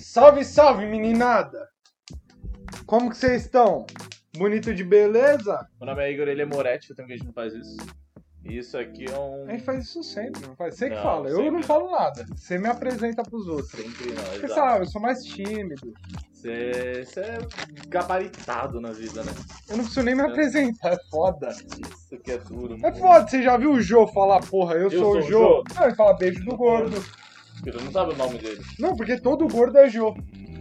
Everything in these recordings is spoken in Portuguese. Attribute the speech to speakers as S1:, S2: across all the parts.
S1: Salve, salve, meninada! Como que vocês estão? Bonito de beleza?
S2: Meu nome é Igor, ele é Moretti, eu tenho que a gente não faz isso. E isso aqui é um.
S1: A gente faz isso sempre, não faz? Você que
S2: Não,
S1: fala, eu
S2: sempre.
S1: não falo nada. Você me apresenta pros outros.
S2: Sempre não,
S1: Você
S2: exato.
S1: sabe, eu sou mais tímido.
S2: Você você é gabaritado na vida, né?
S1: Eu não preciso nem me apresentar, é foda.
S2: Isso que é duro.
S1: É foda, você já viu o Jô falar, porra, eu, sou, o Jô?
S2: Jô.
S1: Não, ele fala beijo do gordo.
S2: Porque tu não sabe o nome dele.
S1: Não, porque todo gordo é Jô,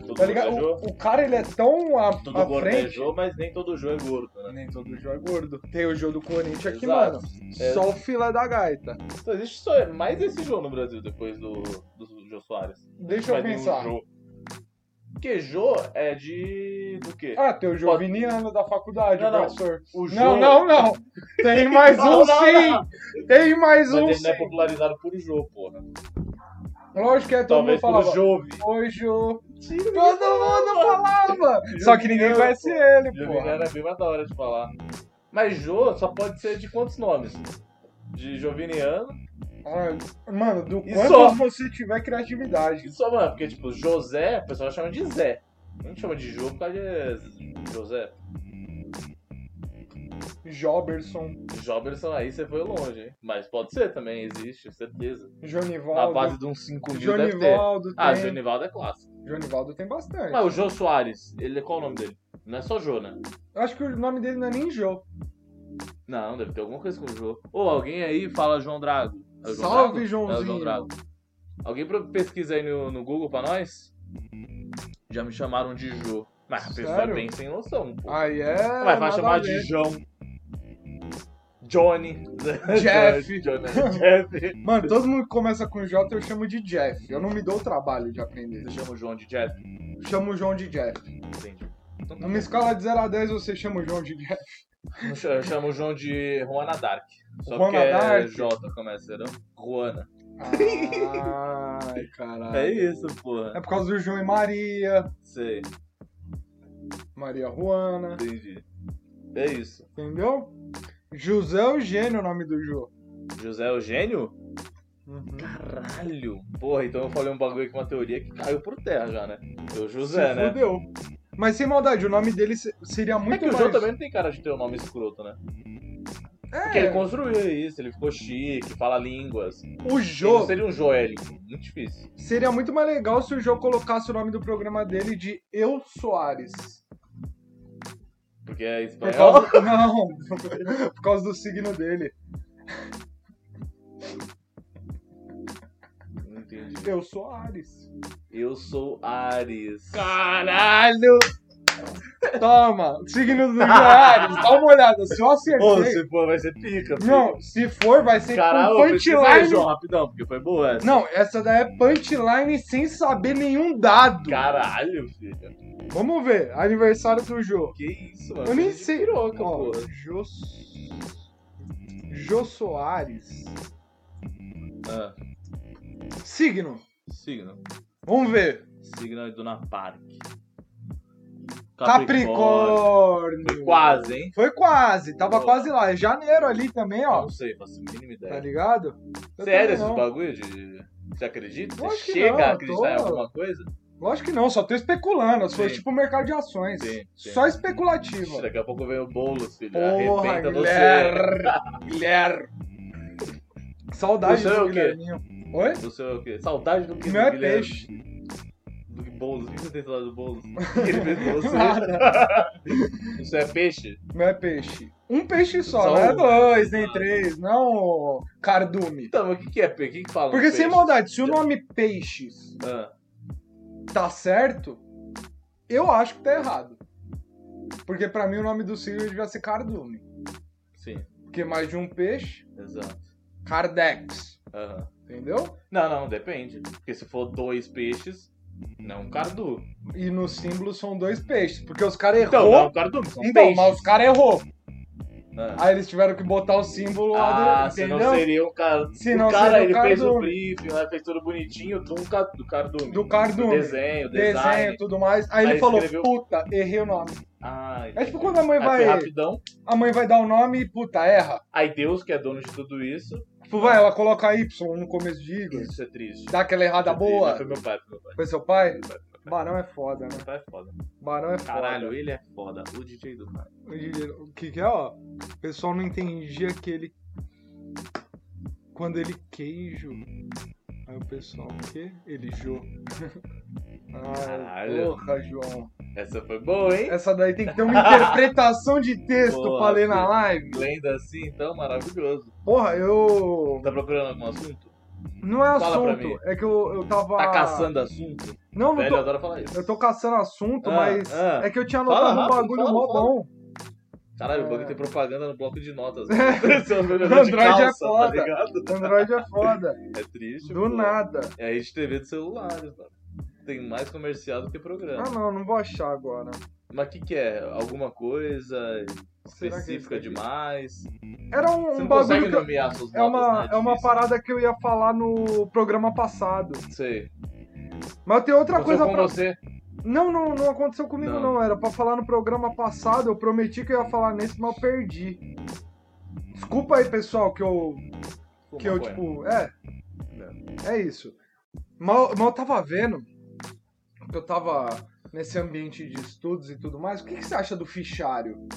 S2: Todo
S1: tá ligado?
S2: gordo é Jô.
S1: O, o cara, ele é tão à,
S2: Todo
S1: à
S2: gordo é
S1: frente...
S2: Jô, mas nem todo Jô é gordo, né?
S1: Nem todo Jô é gordo. Tem o Jô do Corinthians aqui,
S2: Exato.
S1: mano.
S2: É.
S1: Só o fila da gaita.
S2: Só Então, existe só mais esse Jô no Brasil depois do, do Jô Soares.
S1: Deixa eu
S2: Mas tem um
S1: pensar.
S2: Jô. Porque Jô é de. do quê?
S1: Ah, tem o Joviniano da faculdade,
S2: Não,
S1: o
S2: não.
S1: professor.
S2: O Jô.
S1: Não, não, não. Tem mais
S2: Não,
S1: um
S2: não,
S1: sim.
S2: não.
S1: Tem mais
S2: Mas
S1: um
S2: ele
S1: sim.
S2: não é popularizado por Jô, porra.
S1: Lógico que é, todo
S2: Talvez
S1: mundo falava.
S2: por Jove.
S1: Oi, Jô. Todo mundo falava. Só que ninguém
S2: Joviniano,
S1: conhece
S2: pô.
S1: ele, porra.
S2: Joviniano é bem mais da hora de falar. Mas Jô só pode ser de quantos nomes? De Joviniano.
S1: Ah, Mano, do
S2: E
S1: quanto
S2: só?
S1: você tiver criatividade.
S2: E só, mano, porque, tipo, José, o pessoal chama de Zé. A gente chama de Jô por causa de José.
S1: Joberson,
S2: Joberson, aí você foi longe, hein? Mas pode ser também, existe, certeza. Na
S1: Jonivaldo.
S2: base de uns 5 mil deve ter.
S1: Jonivaldo
S2: Ah,
S1: tem.
S2: Jonivaldo é clássico.
S1: Jonivaldo tem bastante.
S2: Mas o Jô Soares, ele, qual o nome dele? Não é só Jô, né?
S1: Eu acho que o nome dele não é nem Jô.
S2: Não, deve ter alguma coisa com o Jô. Ou alguém aí fala João Drago. É o João
S1: Salve,
S2: Drago? É o João
S1: Joãozinho.
S2: Drago. Alguém pro- pesquisa aí no, no Google pra nós? Já me chamaram de Jô. Mas a pessoa é
S1: Sério?
S2: bem sem noção, pô.
S1: Aí é.
S2: Vai, vai
S1: nada a
S2: chamar
S1: ver.
S2: de João. Johnny.
S1: Jeff.
S2: Johnny, né? Jeff.
S1: Mano, todo mundo que começa com J eu chamo de Jeff. Eu não me dou o trabalho de aprender.
S2: Você chama o João de Jeff?
S1: Eu chamo o João de Jeff.
S2: Entendi. Então tá
S1: Numa
S2: bom.
S1: escala de 0 a 10 você chama o João de Jeff.
S2: Eu chamo- Eu chamo o João de Juana Dark. Só
S1: Juana
S2: que é
S1: Dark?
S2: J começa, não? Juana.
S1: Ai, caralho.
S2: É isso, porra.
S1: É por causa do João e Maria,
S2: Sei,
S1: Maria Juana,
S2: entendi. É isso.
S1: entendeu? José Eugênio é o nome do Jô.
S2: José Eugênio?
S1: Uhum.
S2: Caralho. Porra, então eu falei um bagulho aqui, uma teoria que caiu por terra já, né? O José,
S1: Se
S2: né?
S1: Fudeu. Mas sem maldade, o nome dele se- seria muito
S2: É que o
S1: mais...
S2: João também não tem cara de ter um nome escroto, né? Porque ele
S1: É,
S2: construiu isso, ele ficou chique, fala línguas.
S1: o
S2: Ele
S1: Jô
S2: seria um joelho. Muito difícil.
S1: seria muito mais legal se o Jô colocasse o nome do programa dele de Eu Soares.
S2: Porque é
S1: Por
S2: espanhol.
S1: causa... Não, por causa do signo dele.
S2: Não entendi.
S1: Eu sou Ares.
S2: Eu sou Ares.
S1: Caralho! Toma, signo do Jô Ares. Dá uma olhada, se eu
S2: Ô,
S1: acertei.
S2: se for, vai ser pica. filho.
S1: Não, se for, vai ser
S2: Caralho,
S1: com
S2: pesquisa aí,
S1: punchline.
S2: João, rapidão, porque foi boa essa.
S1: Não, essa daí é punchline sem saber nenhum dado.
S2: Caralho, filho.
S1: Vamos ver, aniversário do Jô.
S2: Que isso, mano.
S1: Eu nem
S2: Coisa de
S1: sei.
S2: Piroca,
S1: Ó,
S2: pô.
S1: Jô... Jô Soares.
S2: Ah,
S1: Signo.
S2: signo.
S1: Vamos ver.
S2: Signo é Dona Park. Foi
S1: Capricórnio.
S2: quase, hein?
S1: Foi quase, tava
S2: Boa.
S1: quase lá. É janeiro ali também,
S2: Eu
S1: ó.
S2: não sei, faço a mínima
S1: Tá
S2: ideia.
S1: ligado? Eu
S2: Você é
S1: também
S2: desses
S1: não.
S2: bagulho de. Você acredita? Você
S1: Lógico que
S2: chega
S1: não,
S2: a
S1: eu
S2: acreditar
S1: tô-
S2: em alguma coisa?
S1: Lógico que não, só tô especulando. As coisas
S2: Sim.
S1: tipo mercado de ações.
S2: Sim, sim.
S1: Só especulativa.
S2: Daqui a pouco vem o Boulos, filho.
S1: Porra,
S2: Arrebenta você.
S1: Guilherme. Guilherme. Saudade
S2: O seu é
S1: do
S2: o quê?
S1: Guilherminho. Oi?
S2: O seu é o quê? Saudade do que
S1: O meu é
S2: do Guilherme?
S1: peixe.
S2: Do Boulos. O que você tem saudade do Boulos? O que ele fez com você?
S1: Nada.
S2: O seu é peixe?
S1: O meu é peixe. Um peixe só,
S2: Só
S1: não é
S2: um.
S1: dois, nem três, não cardume.
S2: Então, mas o que, que é peixe? O que, que fala?
S1: Porque
S2: do
S1: sem
S2: peixe?
S1: maldade, se o nome peixes
S2: Ah,
S1: tá certo, eu acho que tá errado. Porque pra mim o nome do signo devia ser cardume.
S2: sim,
S1: Porque mais de um peixe,
S2: exato.
S1: cardex.
S2: Aham.
S1: Entendeu?
S2: Não, não, depende. Porque se for dois peixes, não é um cardu.
S1: E no símbolo são dois peixes. Porque os caras
S2: Então,
S1: errou.
S2: não é um cardu, são
S1: então,
S2: peixes.
S1: mas os caras errou.
S2: Ah.
S1: Aí eles tiveram que botar o símbolo lá
S2: Ah,
S1: do.
S2: se não
S1: Entendeu?
S2: seria um cardu.
S1: Senão
S2: o cara,
S1: seria
S2: ele
S1: o
S2: fez o
S1: cardume.
S2: briefing, né? fez tudo bonitinho do, ca- do cardume.
S1: Do cardume.
S2: desenho, design.
S1: Desenho e tudo mais. Aí,
S2: Aí
S1: ele falou,
S2: escreveu-
S1: puta, errei o nome.
S2: Ah,
S1: É
S2: entendi.
S1: tipo quando a mãe
S2: Aí
S1: vai.
S2: foi rapidão.
S1: A mãe vai dar o nome e puta, erra.
S2: Aí Deus, que é dono de tudo isso,
S1: Tipo, vai, ela coloca Y no começo de Igor.
S2: isso é triste.
S1: Dá aquela errada
S2: Isso é triste.
S1: Tá boa.
S2: Foi meu pai, foi meu pai.
S1: Foi seu pai? Barão é foda, né?
S2: Tá é foda.
S1: Barão é foda.
S2: Caralho, ele é foda. O DJ do cara.
S1: O que que é, ó? O pessoal não entendia que ele. Quando ele queijo. Aí o pessoal, o quê? Ele jô. Ai,
S2: Caralho.
S1: porra, João.
S2: Essa foi boa, hein?
S1: Essa daí tem que ter uma interpretação de texto
S2: Boa,
S1: pra ler na
S2: filho.
S1: live.
S2: Lenda assim, então, maravilhoso.
S1: Porra, eu.
S2: Tá procurando algum assunto?
S1: Não é
S2: Fala pra mim.
S1: assunto. É que eu, eu tava.
S2: Tá caçando assunto?
S1: Não, não
S2: Velho
S1: tô.
S2: adora falar isso.
S1: Eu tô caçando assunto,
S2: Ah,
S1: mas.
S2: ah.
S1: É que eu tinha
S2: Fala
S1: anotado um
S2: rápido,
S1: bagulho
S2: fala,
S1: mó
S2: fala.
S1: bom.
S2: Caralho, o
S1: É.
S2: bagulho tem propaganda no bloco de notas. né?
S1: Android
S2: Android
S1: é foda.
S2: Tá ligado?
S1: Android é foda.
S2: É triste.
S1: Do
S2: pô.
S1: nada.
S2: É a TV do celular, né, mano. Tem mais comercial do que programa.
S1: Ah, não, não vou achar agora.
S2: Mas o que, que é? Alguma
S1: Será
S2: coisa
S1: que é isso
S2: específica
S1: aqui?
S2: demais?
S1: Era um,
S2: Você
S1: um
S2: não
S1: bagulho
S2: consegue
S1: que eu-
S2: nomear suas
S1: é uma,
S2: notas, né,
S1: é uma
S2: disso.
S1: parada que eu ia falar no programa passado.
S2: Sei.
S1: Mas tem outra
S2: Outra
S1: coisa
S2: com
S1: pra.
S2: você.
S1: Não, não, não aconteceu comigo, não.
S2: Não.
S1: Era pra falar no programa passado. Eu prometi que eu ia falar nesse, mas eu perdi. Desculpa aí, pessoal, que eu.
S2: Fuma
S1: Que eu,
S2: maconha.
S1: tipo. É. É isso. Mal, mal tava vendo. Que eu tava nesse ambiente de estudos e tudo mais. O que, que você acha do fichário?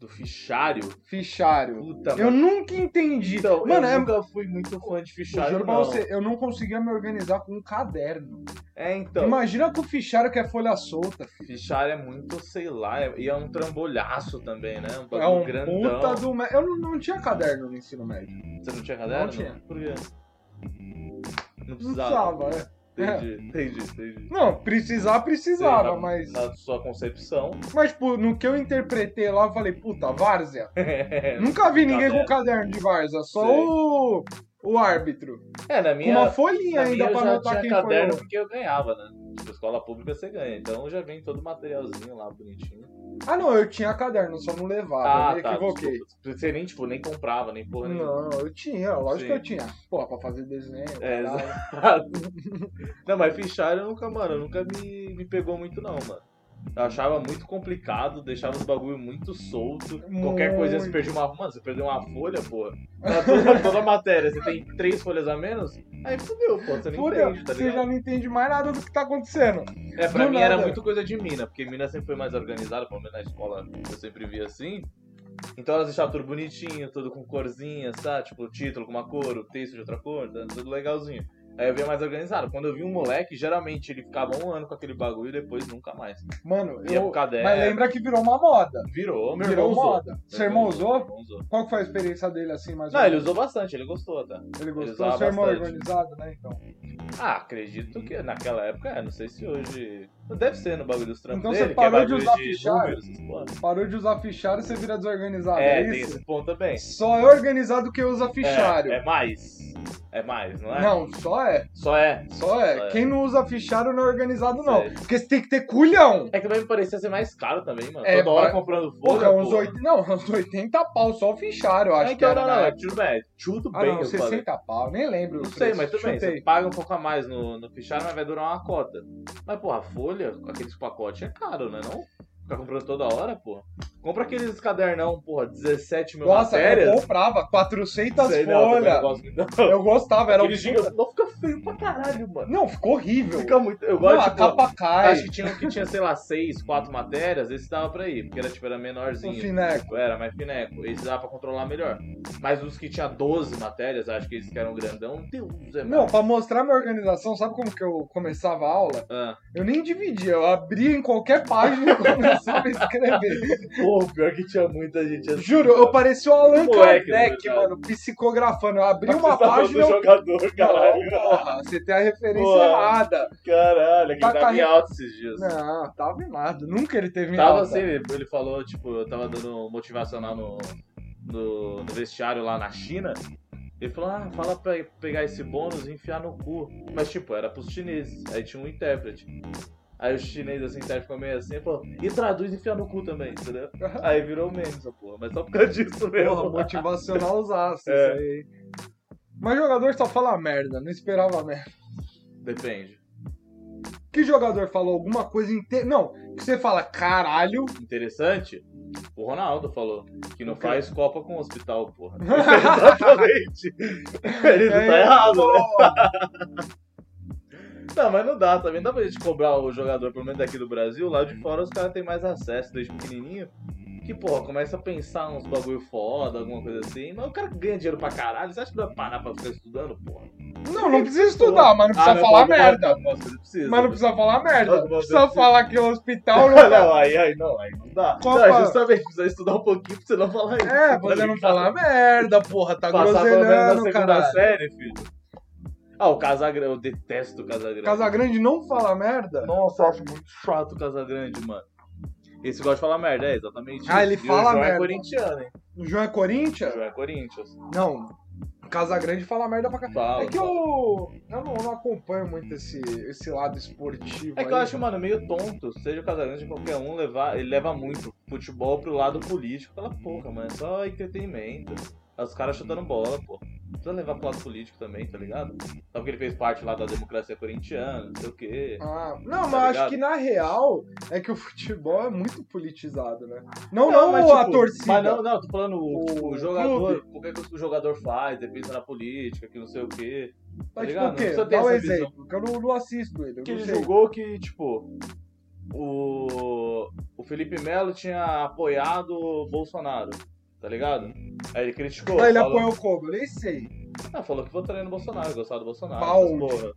S2: Do fichário?
S1: Fichário.
S2: Puta,
S1: Eu
S2: mano.
S1: nunca entendi.
S2: Então,
S1: Mano,
S2: eu
S1: é
S2: nunca fui muito fã de
S1: Eu
S2: fichário,
S1: juro pra
S2: não.
S1: você, eu não conseguia me organizar com um caderno.
S2: É, então.
S1: Imagina com o fichário que é folha solta.
S2: Fichário é muito, sei lá, é- e é um trambolhaço também, né? Um
S1: É
S2: bagulho
S1: um
S2: grandão.
S1: puta do. me- Eu não, não tinha caderno no ensino médio.
S2: Você não tinha caderno?
S1: Não tinha.
S2: Por quê? Não
S1: Não
S2: precisava.
S1: precisava, é.
S2: Entendi, entendi, entendi.
S1: Não, precisar, precisava,
S2: Sei, na-
S1: mas.
S2: Na sua concepção.
S1: Mas, tipo, no que eu interpretei lá, eu falei, puta, várzea.
S2: é,
S1: Nunca vi ninguém
S2: caderno.
S1: com caderno de várzea, só
S2: Sei.
S1: o. O árbitro.
S2: É, na
S1: Com
S2: minha.
S1: uma
S2: na
S1: folhinha
S2: minha
S1: ainda pra
S2: eu já
S1: anotar
S2: tinha
S1: quem
S2: caderno
S1: foi. o-
S2: porque eu ganhava, né? Tipo, escola pública você ganha. Então já vem todo o materialzinho lá bonitinho.
S1: Ah, não, eu tinha caderno, só não
S2: Ah,
S1: levava. eu Ah, me
S2: tá,
S1: equivoquei.
S2: desculpa. Você nem, tipo, nem comprava, nem porra nenhuma.
S1: Não, eu tinha, lógico
S2: né? Sim.
S1: que eu tinha. Pô, pra fazer desenho.
S2: É,
S1: caralho.
S2: exato. não, mas fichário nunca, mano, nunca me, me pegou muito não, mano. Eu achava muito complicado, deixava os bagulho muito solto. Qualquer coisa, você
S1: Muito.
S2: perdia uma. Mano, você perdeu uma folha, porra. Tá toda, toda a matéria, você tem três folhas a menos, aí fudeu, pô. Você não
S1: Fudeu,
S2: entende, tá
S1: você já
S2: ligado?
S1: não entende mais nada do que tá acontecendo.
S2: É, pra
S1: do
S2: mim era
S1: nada.
S2: muito coisa de mina, porque mina sempre foi mais organizada, pelo menos na escola eu sempre via assim. Então elas deixavam tudo bonitinho, tudo com corzinha, sabe? Tipo, o título com uma cor, o texto de outra cor, tá? tudo legalzinho. Aí eu via mais organizado. Quando eu vi um moleque, geralmente ele ficava um ano com aquele bagulho e depois nunca mais.
S1: Mano,
S2: Ia pro
S1: eu...
S2: caderno.
S1: mas lembra que virou uma moda.
S2: Virou, meu
S1: virou
S2: irmão usou. Uhum.
S1: moda. Seu irmão usou?
S2: Meu irmão usou.
S1: Qual que foi a experiência dele assim, mais ou
S2: Não, ele
S1: menos?
S2: usou bastante, ele gostou, tá?
S1: Ele gostou
S2: usava
S1: do seu irmão
S2: bastante.
S1: organizado, né? Então,
S2: Ah, acredito que naquela época, é, não sei se hoje. Deve ser no bagulho dos trampos
S1: Então você
S2: dele, que é
S1: parou de
S2: bagulho
S1: usar
S2: de,
S1: fichário?
S2: números, essas porra.
S1: parou de usar fichário, você vira desorganizado.
S2: é,
S1: É,
S2: tem
S1: isso?
S2: esse ponto também.
S1: Só é organizado quem usa fichário.
S2: É, é mais. É mais, não é?
S1: Não, só é.
S2: Só é.
S1: Só é.
S2: Só é.
S1: Quem não usa fichário não é organizado, não.
S2: Sei.
S1: Porque você tem que ter culhão.
S2: É que também me parecia ser mais caro também, mano.
S1: É,
S2: Toda hora
S1: pra-
S2: comprando folha.
S1: Porra, é uns
S2: pô.
S1: 80, não, uns 80 pau só o fichário, eu acho
S2: Ah,
S1: que
S2: então,
S1: era.
S2: não,
S1: na
S2: não, é
S1: época.
S2: tudo bem. é Tudo
S1: Ah,
S2: bem
S1: não,
S2: que eu falei.
S1: 60 pau, nem lembro. o
S2: Não sei,
S1: preço,
S2: mas tudo bem.
S1: chutei.
S2: Você paga um pouco a mais no, no fichário, mas vai durar uma cota. Mas, porra, a folha, com aqueles pacotes é caro, né? Não? Ficar comprando toda hora, porra. Compra aqueles cadernão, porra, 17 mil
S1: Nossa, eu
S2: matérias.
S1: comprava 400
S2: Sei, não, também não
S1: folhas.
S2: gosto muito, não.
S1: eu gostava, era um...
S2: Aqueles giga- Não fica feio pra caralho, mano.
S1: Não, ficou horrível.
S2: Fica muito. Eu
S1: Não,
S2: gosto
S1: a
S2: de.
S1: capa cai,
S2: Acho que tinha um que tinha, sei lá, seis, quatro matérias, esse dava pra ir, porque era tipo, era
S1: o
S2: menorzinho. Tipo,
S1: fineco.
S2: Era mais fineco, esse dava pra controlar melhor. Mas os que tinha 12 matérias, acho que esses que eram grandão, Deus é
S1: Não,
S2: mais.
S1: né? pra mostrar minha organização, sabe como que eu começava a aula?
S2: Ah,
S1: Eu nem dividia, eu abria em qualquer página e começava a escrever.
S2: Pô, pior que tinha muita gente assim.
S1: Juro, eu parecia o Allan Kardec,
S2: Moleque, na verdade.
S1: mano, psicografando. Eu abri
S2: Mas
S1: uma
S2: você tá falando
S1: página
S2: do
S1: eu...
S2: jogador, caralho.
S1: Não, porra, você tem a referência
S2: Pô.
S1: errada.
S2: Caralho,
S1: Tá
S2: ele tava em
S1: carre-
S2: alta esses dias.
S1: Não, tava errado. Nunca ele teve em
S2: Tava
S1: alta.
S2: assim, ele, ele falou, tipo, eu tava dando um motivacional no, no, no vestiário lá na China. Ele falou, ah, fala pra pegar esse bônus e enfiar no cu. Mas, tipo, era pros chineses. Aí tinha um intérprete. Aí o chinês, assim, o intérprete ficou meio assim, falou, e traduz e enfiar no cu também, entendeu? Aí virou meme essa porra, mas só por causa disso mesmo.
S1: Porra, motivacional usasse
S2: É.
S1: isso aí. Mas jogador só fala merda, não esperava merda.
S2: Depende.
S1: Que jogador falou alguma coisa inteira. Não, que você fala caralho.
S2: Interessante, o Ronaldo falou que não
S1: O quê?
S2: faz copa com o hospital, porra. Exatamente. Ele não tá
S1: É,
S2: errado, né?
S1: pô.
S2: Não, mas não dá também. Dá pra gente cobrar o jogador, pelo menos daqui do Brasil. Lá
S1: Uhum.
S2: de fora os caras têm mais acesso desde pequenininho. Que, porra, começa a pensar uns bagulho foda, alguma coisa assim. Mas o cara ganha dinheiro pra caralho. Você acha que vai parar pra ficar estudando, porra?
S1: Não, não precisa estudar, mas não precisa
S2: Ah,
S1: falar
S2: pode-
S1: merda.
S2: algumas coisas precisa. né?
S1: Mas não precisa falar merda.
S2: Não
S1: Não
S2: pode-
S1: precisa falar que o hospital não.
S2: Não, não, aí, aí, não, aí não dá.
S1: né? Qual
S2: não, é
S1: pa-
S2: justamente, precisa estudar um pouquinho pra você não falar isso.
S1: É,
S2: tá
S1: você não
S2: ligado?
S1: falar merda, porra, tá
S2: Passar pelo menos na
S1: groselhando,
S2: segunda
S1: cara.
S2: série, filho. Ah, o Casagrande, eu detesto o Casagrande.
S1: Casagrande não fala merda?
S2: Nossa, eu acho muito chato o Casagrande, mano. Esse gosta de falar merda, é exatamente
S1: Ah,
S2: isso.
S1: ele
S2: E
S1: fala
S2: o João é
S1: merda.
S2: corintiano, hein?
S1: O João é
S2: O
S1: Corinthians?
S2: João é Corinthians.
S1: Não. Casagrande fala merda pra caralho.
S2: Fala,
S1: É que
S2: fala.
S1: eu, eu não, eu não acompanho muito esse, esse lado esportivo.
S2: É que eu
S1: aí.
S2: acho, mano, meio tonto, seja o Casagrande qualquer um, levar, ele leva muito futebol pro lado político. Aquela porra, mano, é só entretenimento. Os caras chutando bola, pô. Não Precisa levar pro lado político também, tá ligado? Só porque ele fez parte lá da democracia corintiana, não sei o quê.
S1: Ah, não, mas
S2: Tá
S1: acho
S2: ligado?
S1: que na real é que o futebol é muito politizado, né? Não,
S2: Não,
S1: não,
S2: mas,
S1: a
S2: tipo,
S1: torcida.
S2: Mas não, não, tô falando o,
S1: O
S2: tipo, o jogador, o que que o jogador faz, ele pensa na política, que não sei o quê.
S1: Mas, tipo,
S2: tá ligado? Não
S1: o quê?
S2: precisa ter
S1: Dá um
S2: essa visão.
S1: exemplo, que eu não, não assisto ele. Eu
S2: Que
S1: não
S2: ele
S1: sei.
S2: julgou que, tipo, o, o Felipe Melo tinha apoiado o Bolsonaro, tá ligado? Aí ele criticou.
S1: Mas ele
S2: falou,
S1: apoiou como? Eu nem sei.
S2: Ah, falou que votaria no Bolsonaro, gostava do Bolsonaro.
S1: Pau.
S2: essas porra.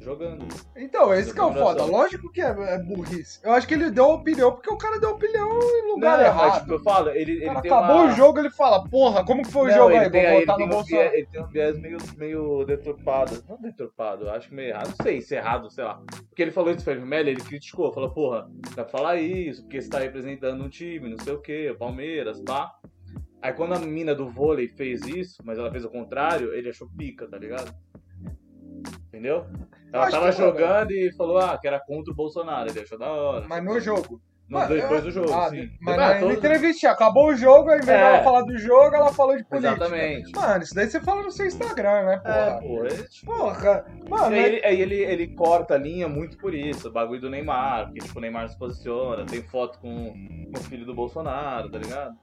S2: Jogando.
S1: Então, esse que é o foda.
S2: Comemoração.
S1: Lógico que é, é burrice. Eu acho que ele deu a opinião porque o cara deu a opinião em lugar
S2: Não,
S1: é errado.
S2: Mas, tipo, eu falo, ele,
S1: O
S2: ele
S1: cara
S2: tem
S1: acabou
S2: uma...
S1: o jogo, ele fala, porra, como que foi o
S2: Não,
S1: jogo
S2: ele
S1: aí?
S2: tem-
S1: Vou
S2: ele
S1: votar
S2: tem
S1: no
S2: um
S1: Bolsonaro.
S2: viés- Ele tem um viés meio, meio deturpado. Não deturpado, eu acho que meio errado. Não sei se é errado, sei lá. Porque ele falou isso do Felipe Melo, ele criticou. Falou, porra, dá pra falar isso, porque você tá representando um time, não sei o quê, Palmeiras, pá. Aí quando a mina do vôlei fez isso, mas ela fez o contrário, ele achou pica, tá ligado? Entendeu? Ela
S1: acho
S2: tava
S1: que é não,
S2: jogando e falou, ah, que era contra o Bolsonaro, ele achou da hora.
S1: Mas no jogo.
S2: No-
S1: Mas-
S2: depois do jogo,
S1: Ah,
S2: sim.
S1: Mas
S2: Ah,
S1: na,
S2: todo-
S1: na entrevista, acabou o jogo, ao invés
S2: É.
S1: dela falar do jogo, ela falou de política.
S2: Exatamente.
S1: Mano, isso daí você fala no seu Instagram, né,
S2: É,
S1: porra?
S2: porra, é tipo,
S1: Porra, mano,
S2: Aí
S1: é-
S2: ele, aí ele, ele corta a linha muito por isso, o bagulho do Neymar, porque tipo, o Neymar se posiciona, tem foto com, com o filho do Bolsonaro, tá ligado?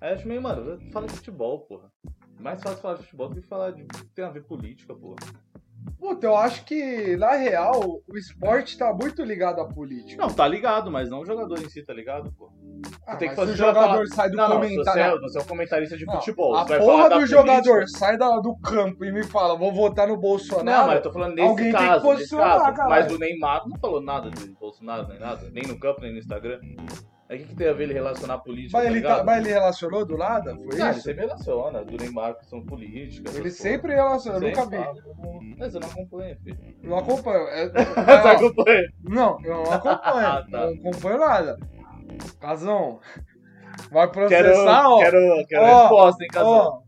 S2: Aí eu acho meio, mano, fala de futebol, porra. Mais fácil falar de futebol do que falar de. tem a ver política, porra.
S1: puta, eu acho que, na real, o esporte tá muito ligado à política.
S2: Não, tá ligado, mas não o jogador em si, tá ligado, porra?
S1: Ah,
S2: tem
S1: mas
S2: que fazer-
S1: se o jogador sai do
S2: Não, não, se você, é,
S1: comentário.
S2: você é um comentarista de
S1: Não,
S2: futebol.
S1: a
S2: você tipo, vai falar
S1: porra
S2: da
S1: do
S2: política.
S1: jogador sai da- do campo e me fala, vou votar no Bolsonaro.
S2: Não, mas eu tô falando nesse
S1: Alguém tem que
S2: caso, nesse
S1: posicionar,
S2: caso.
S1: caralho.
S2: Mas o Neymar não falou nada do Bolsonaro, nem nada, nem no campo, nem no Instagram. Aí o que, que tem a ver ele relacionar política?
S1: Mas
S2: tá
S1: ele, tá-
S2: ligado?
S1: mas ele relacionou do nada? Foi
S2: Ah, ele
S1: isso?
S2: sempre relaciona, do Neymar, que são políticas.
S1: Ele
S2: essas
S1: sempre relaciona, eu
S2: porra.
S1: nunca
S2: Sempre
S1: vi.
S2: fala. Mas eu não acompanho, filho.
S1: Não acompanho. É-
S2: Você
S1: é, ó,
S2: acompanha?
S1: não, eu não
S2: Ah,
S1: acompanho.
S2: tá.
S1: Não acompanho nada. Casão, vai
S2: Quero,
S1: processar, ó.
S2: quero, quero
S1: Ó,
S2: resposta, hein, casal?
S1: Ó,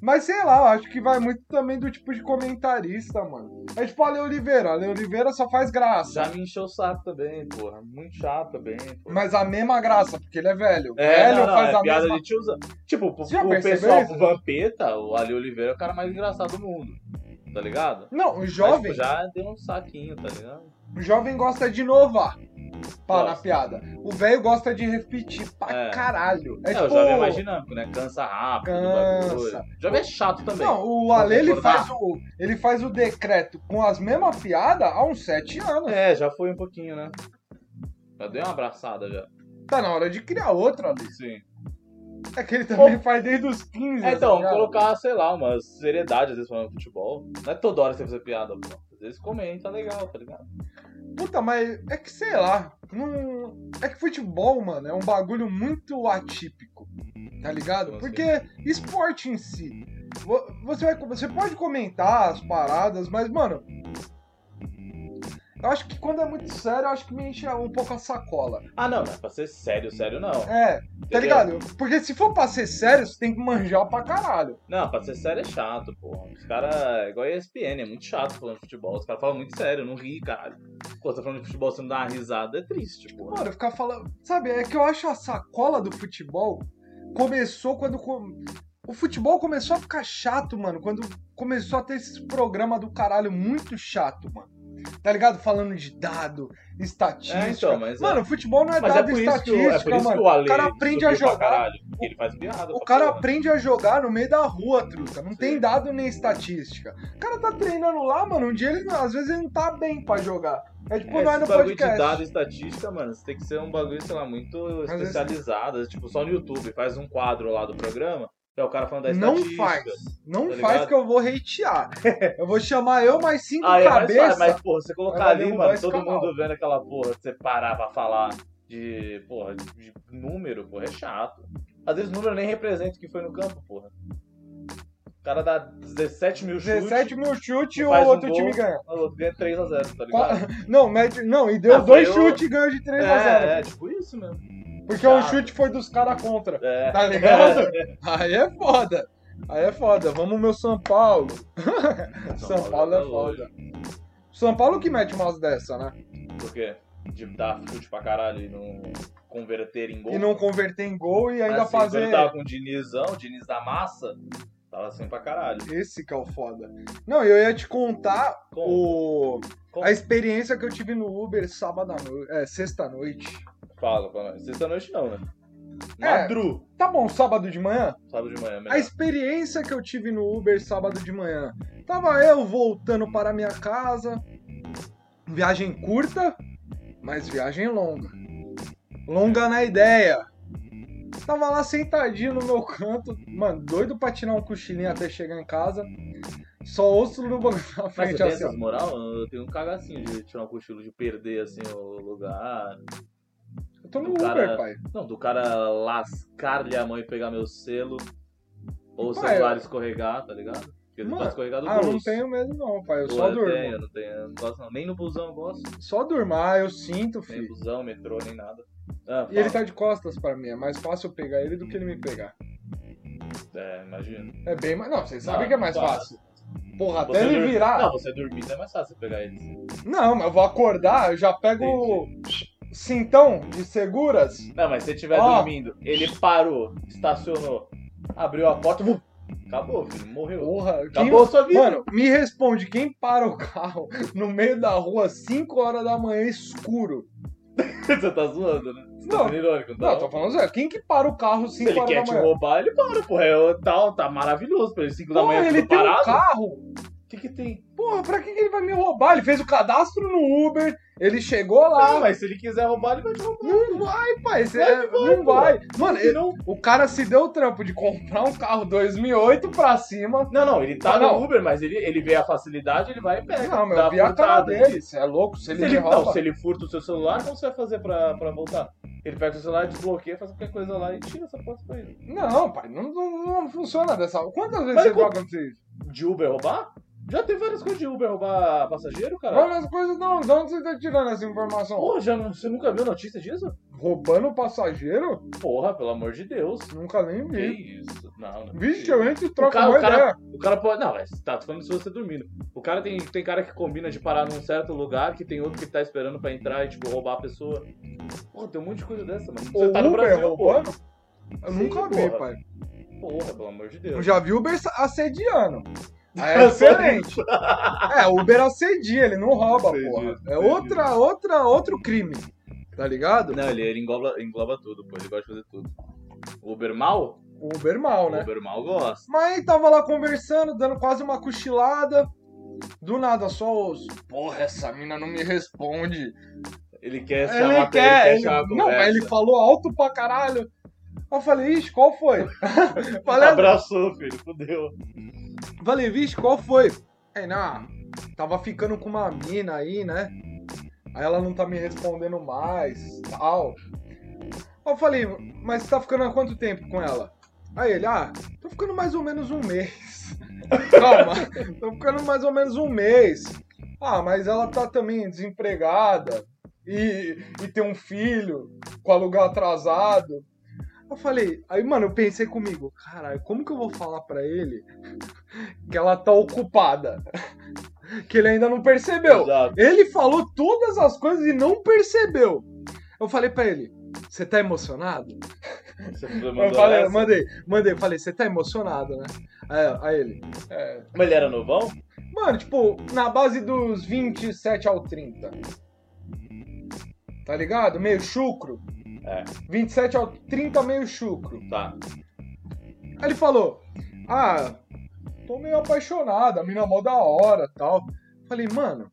S1: mas sei lá, eu acho que vai muito também do tipo de comentarista, mano. É tipo a Ale Oliveira. A Ale Oliveira só faz graça.
S2: Já me encheu o saco também, porra. Muito chato também, porra.
S1: Mas a mesma graça, porque ele é velho.
S2: É,
S1: velho
S2: não, não,
S1: faz
S2: é
S1: a
S2: piada
S1: mesma
S2: de tiozão. Tipo, o,
S1: Você já
S2: o
S1: percebeu
S2: pessoal,
S1: isso?
S2: o Vampeta, o Ali Oliveira é o cara mais engraçado do mundo, tá ligado?
S1: Não, o
S2: Mas,
S1: jovem,
S2: tipo, já deu um saquinho, tá ligado?
S1: o jovem gosta de inovar. Pá, na
S2: Gosta.
S1: piada. O velho gosta de repetir pra
S2: É.
S1: caralho. É,
S2: É,
S1: tipo,
S2: o jovem é mais dinâmico, né? Cansa rápido,
S1: Cansa.
S2: bagulho. O jovem é chato também.
S1: Não, o Ale ele
S2: concordar.
S1: faz o, ele faz o decreto com as mesmas piadas há uns sete anos.
S2: É, já foi um pouquinho, né? Já dei uma abraçada já.
S1: Tá na hora de criar outra, Ale.
S2: Sim.
S1: É que ele também faz desde os 15.
S2: É, então,
S1: tá ligado?
S2: colocar, sei lá, uma seriedade às vezes falando de futebol. Não é toda hora você fazer piada, pô. Às vezes comenta legal, tá ligado?
S1: Puta, mas é que sei lá. Não... É que futebol, mano, é um bagulho muito atípico. Tá ligado?
S2: Como
S1: Porque esporte em si. vo- Você, vai, você pode comentar as paradas, mas, mano. Eu acho que quando é muito sério, eu acho que me enche um pouco a sacola.
S2: Ah, não, não é pra ser sério, sério não.
S1: É, tá
S2: entendeu?
S1: ligado? Porque se for pra ser sério, você tem que manjar pra caralho.
S2: Não, pra ser sério é chato, pô. Os caras, é igual a ESPN, é muito chato falando de futebol. Os caras falam muito sério, não ri, caralho. Pô, tá falando de futebol, você não dá uma risada, é triste, pô.
S1: Mano, ficar falando. Sabe, é que eu acho a sacola do futebol começou quando. com- O futebol começou a ficar chato, mano. Quando começou a ter esses programas do caralho muito chato, mano. tá ligado? Falando de dado, estatística.
S2: É, então, mas é-
S1: mano, futebol não é
S2: Mas é
S1: dado
S2: por isso que, o- é
S1: estatística,
S2: por isso que
S1: mano.
S2: o Ale
S1: cara aprende a
S2: subiu pra
S1: jogar.
S2: Caralho, porque ele faz piada.
S1: O
S2: pra
S1: cara
S2: caralho.
S1: aprende a jogar no meio da rua, truta. Não tem
S2: Sim.
S1: dado nem estatística. O cara tá treinando lá, mano. Um dia ele, não- às vezes ele não tá bem pra jogar. É tipo
S2: É,
S1: nós
S2: esse
S1: no
S2: bagulho de
S1: podcast.
S2: dado e estatística, mano, você tem que ser um bagulho, sei lá, muito
S1: vezes-
S2: especializado. Tipo, só no YouTube, faz um quadro lá do programa, que é o cara falando da
S1: não
S2: estatística.
S1: faz. Não
S2: tá
S1: faz
S2: ligado?
S1: que eu vou hatear. Eu vou chamar eu mais cinco
S2: Ah, é, mas,
S1: cabeças.
S2: faz, mas, porra, você colocar
S1: Vai
S2: ali,
S1: derrubar
S2: mano,
S1: esse
S2: todo
S1: canal.
S2: mundo vendo aquela porra que você parar pra falar de, porra, de número, porra, é chato. Às vezes o número nem representa o que foi no campo, porra. O cara dá 17 mil chutes,
S1: 17 mil chute e o
S2: faz um
S1: outro
S2: gol.
S1: time ganha.
S2: o outro ganha 3x0, tá
S1: Qua-
S2: ligado?
S1: Não, mete- não, e deu
S2: Ah, foi
S1: dois
S2: eu-
S1: chutes e ganhou de 3 a 0.
S2: É, é, tipo isso mesmo.
S1: Porque o
S2: chato.
S1: chute foi dos caras contra.
S2: É.
S1: Tá ligado? Aí é foda. Aí é foda. Vamos meu São Paulo. São Paulo
S2: Tá
S1: é foda. São Paulo que mete umas dessa, né?
S2: Por quê? De dar chute pra caralho e não converter em gol.
S1: E não converter em gol e ainda
S2: Mas, assim,
S1: fazer.
S2: Quando tava com o Dinizão, o Diniz da massa, tava assim pra caralho.
S1: Esse que é o foda. Não, eu ia te contar
S2: Com,
S1: o...
S2: com-
S1: a experiência que eu tive no Uber sábado à noite. É, sexta à noite.
S2: Fala pra nós. Sexta-noite não, né?
S1: É.
S2: Madru,
S1: Tá bom, sábado de manhã?
S2: sábado de manhã
S1: A
S2: mesmo.
S1: experiência que eu tive no Uber sábado de manhã. Tava eu voltando para minha casa. Viagem curta, mas viagem longa. Longa na ideia. Tava lá sentadinho no meu canto, mano, doido pra tirar um cochilinho até chegar em casa. Só ouço no bagulho na
S2: Mas você
S1: frente
S2: tem
S1: assim, ó.
S2: essas moral? Eu tenho um cagacinho de tirar um cochilo, de perder assim o lugar.
S1: Eu tô no
S2: do cara-
S1: Uber, pai.
S2: Não, do cara lascar-lhe a mão e pegar meu selo. Ou o
S1: Pai,
S2: celular
S1: eu-
S2: escorregar, tá ligado? Porque não
S1: Mano,
S2: pode escorregar do
S1: Ah, eu não
S2: bolso.
S1: tenho medo não, pai. Eu
S2: Pô,
S1: só
S2: eu
S1: durmo.
S2: tenho, eu não tenho, eu não gosto não. Nem no busão eu gosto.
S1: Só durmo. Ah, eu sinto,
S2: Nem
S1: filho.
S2: busão, metrô, nem nada. Ah,
S1: E ele
S2: fala.
S1: tá de costas pra mim. É mais fácil eu pegar ele do que ele me pegar.
S2: É, imagina.
S1: É bem mais. Não, vocês sabem
S2: Não,
S1: que é mais
S2: claro.
S1: fácil. Porra,
S2: Você
S1: até ele
S2: dur-
S1: virar.
S2: Não,
S1: Não.
S2: você dormindo é mais fácil você pegar eles.
S1: mas eu vou acordar, eu já pego o cintão de seguras.
S2: Não, mas se ele estiver
S1: Ó.
S2: dormindo, ele parou, estacionou, abriu a porta, vum, acabou, filho, morreu.
S1: Porra, quem...
S2: Acabou a sua vida.
S1: Mano, me responde, quem para o carro no meio da rua, 5 horas da manhã, escuro?
S2: você tá zoando, né? Você tá
S1: Não.
S2: sendo irônico, tá?
S1: Não, tô falando sério, quem que para o carro
S2: se
S1: 5
S2: ele
S1: horas
S2: quer
S1: da
S2: te
S1: manhã?
S2: roubar, ele para, porra. É, tá, tá maravilhoso pra ele. 5 da
S1: Porra,
S2: manhã
S1: ele
S2: tudo
S1: tem um
S2: parado.
S1: carro.
S2: O que, que tem?
S1: Porra, pra que que ele vai me roubar? Ele fez o cadastro no Uber, ele chegou
S2: Ah,
S1: lá.
S2: mas se ele quiser roubar, ele vai te roubar.
S1: Não vai, pai, você-
S2: Vai, vai,
S1: não
S2: pô.
S1: vai. Mano,
S2: Ele não...
S1: O cara se deu o trampo de comprar um carro 2008 pra cima.
S2: não, não, ele tá
S1: Ah,
S2: no
S1: não.
S2: Uber, mas ele, ele vê a facilidade, ele vai e pega.
S1: Não, meu,
S2: É, dá
S1: eu vi a cara
S2: furtada.
S1: dele. Você é louco? Se
S2: Se
S1: ele,
S2: ele,
S1: me
S2: não,
S1: rouba-
S2: se ele furta o seu celular, como você vai fazer pra, pra voltar? Ele pega o seu celular, desbloqueia, faz qualquer coisa lá e tira essa porta pra ele.
S1: Não, pai, não, não, não funciona dessa Quantas vezes
S2: Mas
S1: você
S2: como-
S1: joga vocês?
S2: De Uber roubar? Já teve várias coisas de Uber roubar passageiro, cara.
S1: Várias coisas não. De onde você tá tirando essa informação?
S2: Pô, já não, você nunca viu notícia disso?
S1: Roubando passageiro?
S2: Porra, pelo amor de Deus.
S1: Nunca nem
S2: Que
S1: vi.
S2: isso? Não, não. é
S1: Vixe,
S2: possível.
S1: eu entro e troco
S2: cara-
S1: uma
S2: o cara-
S1: ideia.
S2: O cara pode. Não, mas tá tô falando se você dormindo. O cara tem, tem cara que combina de parar num certo lugar que tem outro que tá esperando pra entrar e, tipo, roubar a pessoa. Pô, tem um monte de coisa dessa, mano. Você
S1: O
S2: tá no
S1: Uber
S2: Brasil, porra.
S1: roubando? Eu
S2: Sim,
S1: nunca vi,
S2: porra.
S1: pai.
S2: Porra, pelo amor de
S1: Eu
S2: Deus.
S1: já vi Uber assediando. Aí é diferente. É, o Uber assedia, ele não rouba,
S2: Entendi,
S1: porra. É
S2: entendi.
S1: outra, outra, outro crime. Tá ligado?
S2: Não, ele, ele engloba, engloba tudo, pô. Ele gosta de fazer tudo. O Uber mal?
S1: O Uber mal,
S2: O
S1: né?
S2: Uber mal gosta.
S1: Mas aí tava lá conversando, dando quase uma cochilada. Do nada, só os. Porra, essa mina não me responde.
S2: Ele quer
S1: Ele
S2: chamar
S1: quer.
S2: ele
S1: ele-
S2: chamar a
S1: Não, mas
S2: conversa.
S1: ele falou alto pra caralho. Eu falei, ixi, qual foi? falei,
S2: Abraçou, filho. Fudeu.
S1: falei, vixe, qual foi? Aí, não, tava ficando com uma mina aí, né? Aí ela não tá me respondendo mais, tal. Aí eu falei, mas você tá ficando há quanto tempo com ela? Aí ele, ah, tô ficando mais ou menos um mês. Calma, tô ficando mais ou menos um mês. Ah, mas ela tá também desempregada e, e tem um filho com aluguel atrasado. Eu falei, aí, mano, eu pensei comigo, caralho, como que eu vou falar pra ele que ela tá ocupada? Que ele ainda não percebeu.
S2: Exato.
S1: Ele falou todas as coisas e não percebeu. Eu falei pra ele, você tá emocionado?
S2: Você mandou
S1: Eu falei,
S2: essa?
S1: mandei, mandei, falei, você tá emocionado, né? Aí, aí ele,
S2: Mas ele era novão?
S1: Mano, tipo, na base dos 27 ao 30. Tá ligado? Meio chucro.
S2: É.
S1: 27 ao 30, meio chucro.
S2: Tá.
S1: Aí ele falou: Ah, tô meio apaixonado, a mina é mó da hora tal. Falei, mano,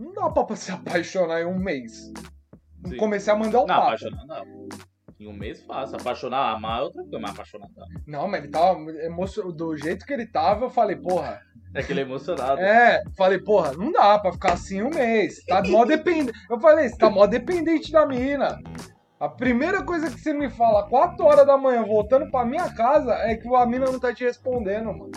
S1: não dá pra se apaixonar em um mês.
S2: Sim.
S1: Comecei a mandar o
S2: Não,
S1: papo.
S2: apaixonar não. Em um mês fácil. Apaixonar, amar é outra coisa, mas apaixonar não.
S1: Não, mas ele tava. emocio- Do jeito que ele tava, eu falei, porra.
S2: É que ele é emocionado.
S1: É, falei, porra, não dá pra ficar assim um mês. Tá mó dependente. Eu falei, você tá mó dependente da mina. A primeira coisa que você me fala, 4 horas da manhã, voltando pra minha casa, é que a mina não tá te respondendo, mano.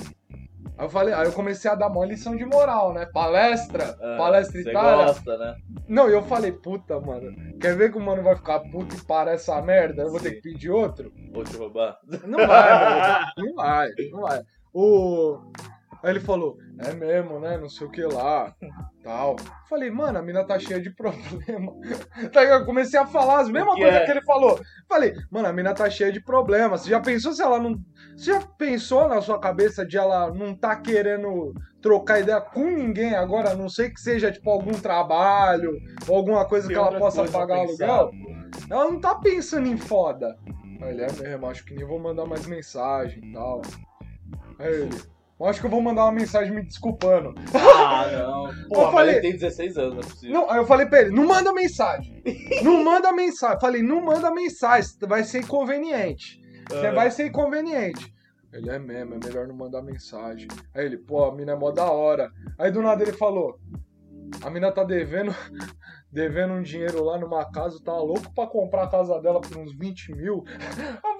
S1: Aí eu falei, aí eu comecei a dar uma lição de moral, né? Palestra,
S2: É,
S1: palestra
S2: Você
S1: Itália.
S2: gosta, né?
S1: Não, e eu falei, puta, mano, quer ver que o mano vai ficar puto e para essa merda? Eu vou ter
S2: Sim.
S1: que pedir outro?
S2: Vou te roubar.
S1: Não vai, mano. Não vai, não vai. O... Aí ele falou, é mesmo, né? Não sei o que lá, tal. Falei, mano, a mina tá cheia de problema. Tá, eu comecei a falar as mesmas
S2: que
S1: coisas
S2: é?
S1: que ele falou. Falei, mano, a mina tá cheia de problema. Você já pensou se ela não. Você já pensou na sua cabeça de ela não tá querendo trocar ideia com ninguém agora, a não sei que seja tipo algum trabalho ou alguma coisa
S2: Tem
S1: que ela
S2: outra
S1: possa
S2: coisa a
S1: pagar
S2: pensar,
S1: aluguel?
S2: pô.
S1: Ela não tá pensando em foda. Aí ele, é mesmo, acho que nem vou mandar mais mensagem e tal. Aí ele, eu acho que eu vou mandar uma mensagem me desculpando.
S2: Ah, não. Pô, mas
S1: falei-
S2: ele tem 16 anos, não é possível.
S1: Não, aí eu falei pra ele, não manda mensagem. Não manda mensagem. Falei, não manda mensagem, vai ser inconveniente. Você
S2: Ah,
S1: vai ser inconveniente. Ele é mesmo, é melhor não mandar mensagem. Aí ele, pô, a mina é mó da hora. Aí do nada ele falou: a mina tá devendo, devendo um dinheiro lá numa casa, tá louco pra comprar a casa dela por uns 20 mil.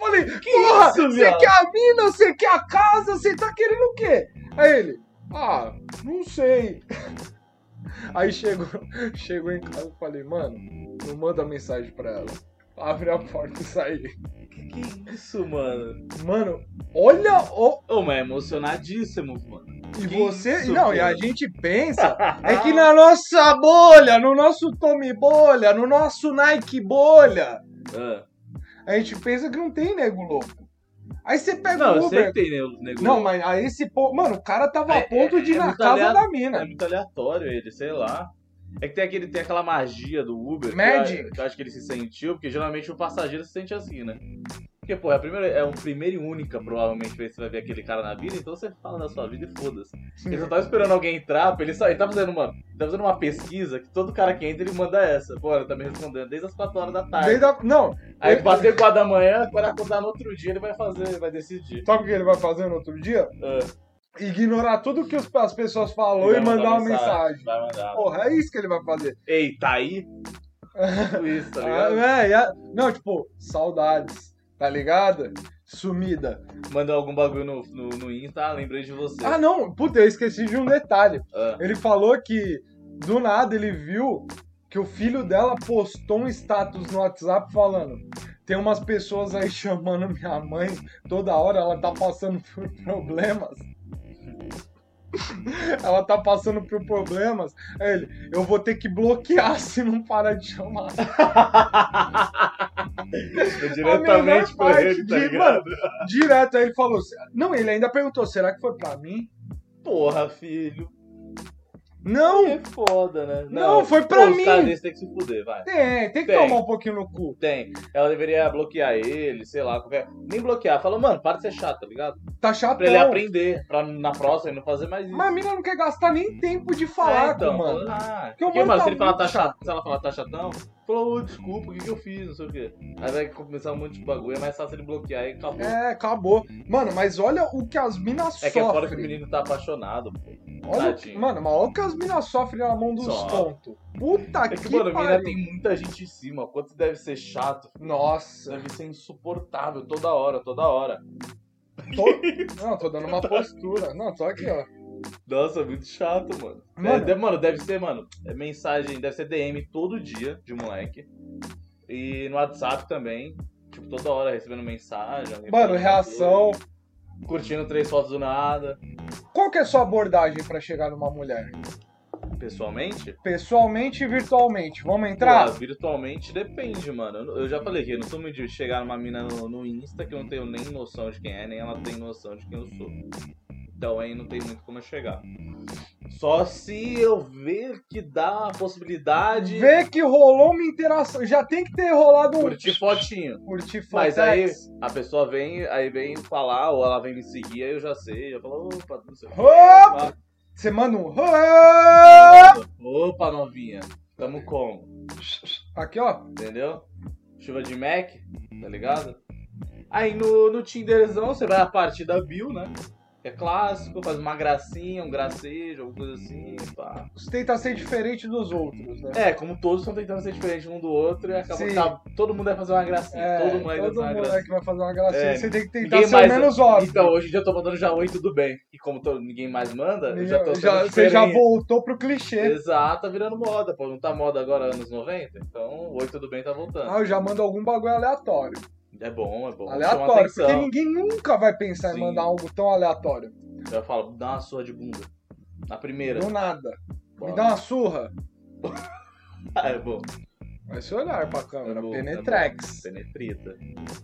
S1: Eu falei, porra,
S2: Ah, isso,
S1: você
S2: viado?"
S1: quer a mina, você quer a casa, você tá querendo o quê? Aí ele, ah, não sei. Aí chegou, chegou em casa e falei, mano, não manda mensagem pra ela. Abre a porta e sai.
S2: Que isso, mano?
S1: Mano, olha o.
S2: Ô, mas é emocionadíssimo, mano.
S1: E
S2: Que
S1: você.
S2: isso, Ah.
S1: não, e a
S2: cara.
S1: gente pensa. É que na nossa bolha, no nosso Tommy bolha, no nosso Nike bolha,
S2: Ah.
S1: a gente pensa que não tem nego louco. Aí você pega
S2: Não,
S1: o
S2: eu sei
S1: Uber.
S2: que tem né, nego. nego-
S1: Não, mas aí esse povo. Mano, o cara tava a
S2: É-
S1: ponto de ir
S2: é
S1: na
S2: muito
S1: casa
S2: aleatório.
S1: da
S2: É
S1: mina.
S2: muito aleatório ele, sei lá. É que tem, aquele, tem aquela magia do Uber. que
S1: Magic.
S2: eu- Que eu acho que ele se sentiu, porque geralmente o passageiro se sente assim, né? Porque, pô, é, a primeira, é um primeiro e única, provavelmente, vez que você vai ver aquele cara na vida, então você fala da sua vida e foda-se. Ele só tava esperando alguém entrar, pra ele só. Ele tá fazendo uma. ele tá fazendo uma pesquisa que todo cara que entra, ele manda essa. Pô, ele tá me respondendo desde as 4 horas da tarde.
S1: Desde a- Não,
S2: Aí bater 4 da manhã, quando acordar no outro dia, ele vai fazer, vai decidir.
S1: sabe o que ele vai fazer no outro dia?
S2: Ah,
S1: Ignorar tudo que os- as pessoas falaram
S2: ele
S1: e
S2: vai
S1: mandar uma mensagem.
S2: Vai mandar.
S1: Porra, é isso que ele vai fazer.
S2: Ei, tá aí? Tipo isso, tá ligado?
S1: Ah, é, e a- Não, tipo, saudades, tá ligado? Sumida.
S2: Mandou algum bagulho no, no, no Insta, ah, lembrei de você.
S1: Ah, não, puta, eu esqueci de um detalhe.
S2: Ah,
S1: Ele falou que do nada ele viu que o filho dela postou um status no WhatsApp falando: tem umas pessoas aí chamando minha mãe toda hora, ela tá passando por problemas. Ela tá passando por problemas. Aí ele, eu vou ter que bloquear se não parar de chamar.
S2: foi
S1: A melhor
S2: diretamente por
S1: parte
S2: ele, tá
S1: de-
S2: ligado?
S1: Direto, aí ele falou. Não, ele ainda perguntou: será que foi pra mim?
S2: Porra, filho.
S1: Não!
S2: É foda, né?
S1: Não, foi pra
S2: Pô,
S1: mim.
S2: Os caras desses tem que se fuder, vai.
S1: Tem, tem que
S2: Tem.
S1: tomar um pouquinho no cu.
S2: Tem. Ela deveria bloquear ele, sei lá, qualquer. Nem bloquear. Fala, mano, para de ser chato, tá ligado?
S1: Tá chato.
S2: Pra ele aprender, pra na próxima ele não fazer mais isso.
S1: Mas a mina não quer gastar nem tempo de falar
S2: É,
S1: com
S2: então,
S1: o mano.
S2: Ah,
S1: Porque o
S2: porque,
S1: mano
S2: mano,
S1: tá
S2: se, ele falar,
S1: muito
S2: tá chato, se ela falar tá chatão, falou, ô, desculpa, o que, que eu fiz, não sei o quê. Aí vai começar um monte de bagulho, é mais fácil ele bloquear e acabou.
S1: É, acabou. Mano, mas olha o que as minas
S2: É que é fora que o
S1: sofrem.
S2: menino tá apaixonado, pô. É
S1: olha o que,
S2: tadinho.
S1: mano, mas olha o que as minas sofrem na mão dos
S2: Sofre.
S1: tontos. Puta
S2: É
S1: que,
S2: que, mano,
S1: pariu.
S2: mina tem muita gente em cima. Quanto deve ser chato,
S1: Nossa.
S2: deve ser insuportável toda hora, toda hora.
S1: Tô... Não, tô dando uma postura. Não, tô aqui, ó.
S2: Nossa, é muito chato, mano. É,
S1: Mano.
S2: deve- mano, deve ser, mano, é mensagem, deve ser DM todo dia de moleque. E no WhatsApp também. Tipo, toda hora recebendo mensagem. alguém
S1: Mano,
S2: falando
S1: reação.
S2: coisa, Curtindo três fotos do nada.
S1: Qual que é a sua abordagem pra chegar numa mulher?
S2: Pessoalmente?
S1: Pessoalmente e virtualmente. Vamos
S2: Pô,
S1: entrar?
S2: virtualmente depende, mano. Eu, eu já falei que eu não sou muito de chegar numa mina no, no Insta que eu não tenho nem noção de quem é, nem ela tem noção de quem eu sou. Então aí não tem muito como eu chegar. Só se eu ver que dá a possibilidade de
S1: Vê que rolou uma interação. Já tem que ter rolado um.
S2: curtir fotinho.
S1: Curtir
S2: Mas
S1: Flatex.
S2: aí a pessoa vem, aí vem falar, ou ela vem me seguir, aí eu já sei, já falo, opa, não sei o quê.
S1: Opa! Você manda um. "Ô!"
S2: Opa, novinha, tamo como?
S1: Aqui, ó.
S2: Entendeu? Chuva de Mac, tá ligado? Aí no, no Tinderzão você vai a parte da Bill, né? Que é clássico, faz uma gracinha, um gracejo, alguma coisa assim, pá.
S1: Tenta ser diferente dos outros, né?
S2: É, como todos estão tentando ser diferentes um do outro, e acaba
S1: Sim. É,
S2: que tá- todo mundo vai fazer uma gracinha. todo mundo vai fazer uma gracinha.
S1: moleque vai fazer uma gracinha.
S2: É,
S1: Você tem que tentar
S2: ninguém
S1: ser o
S2: mais-
S1: menos óbvio.
S2: Então, hoje em dia eu tô mandando já oi, tudo bem. E como to- ninguém mais manda, eu já tô sendo
S1: Já- você já né?
S2: diferente.
S1: voltou pro clichê.
S2: Exato, tá virando moda, pô. Não tá moda agora anos 90? Então, oi, tudo bem, tá voltando.
S1: Ah, eu já mando algum bagulho aleatório.
S2: É bom, é bom. Chama
S1: aleatório. Porque
S2: atenção.
S1: ninguém nunca vai pensar
S2: Sim.
S1: em mandar algo tão aleatório.
S2: Eu falo, dá uma surra de bunda. Na primeira.
S1: Do nada. Me
S2: Bora.
S1: dá uma surra.
S2: Ah, é bom.
S1: Vai se olhar pra câmera.
S2: É bom,
S1: Penetrex.
S2: É bom. Penetrita.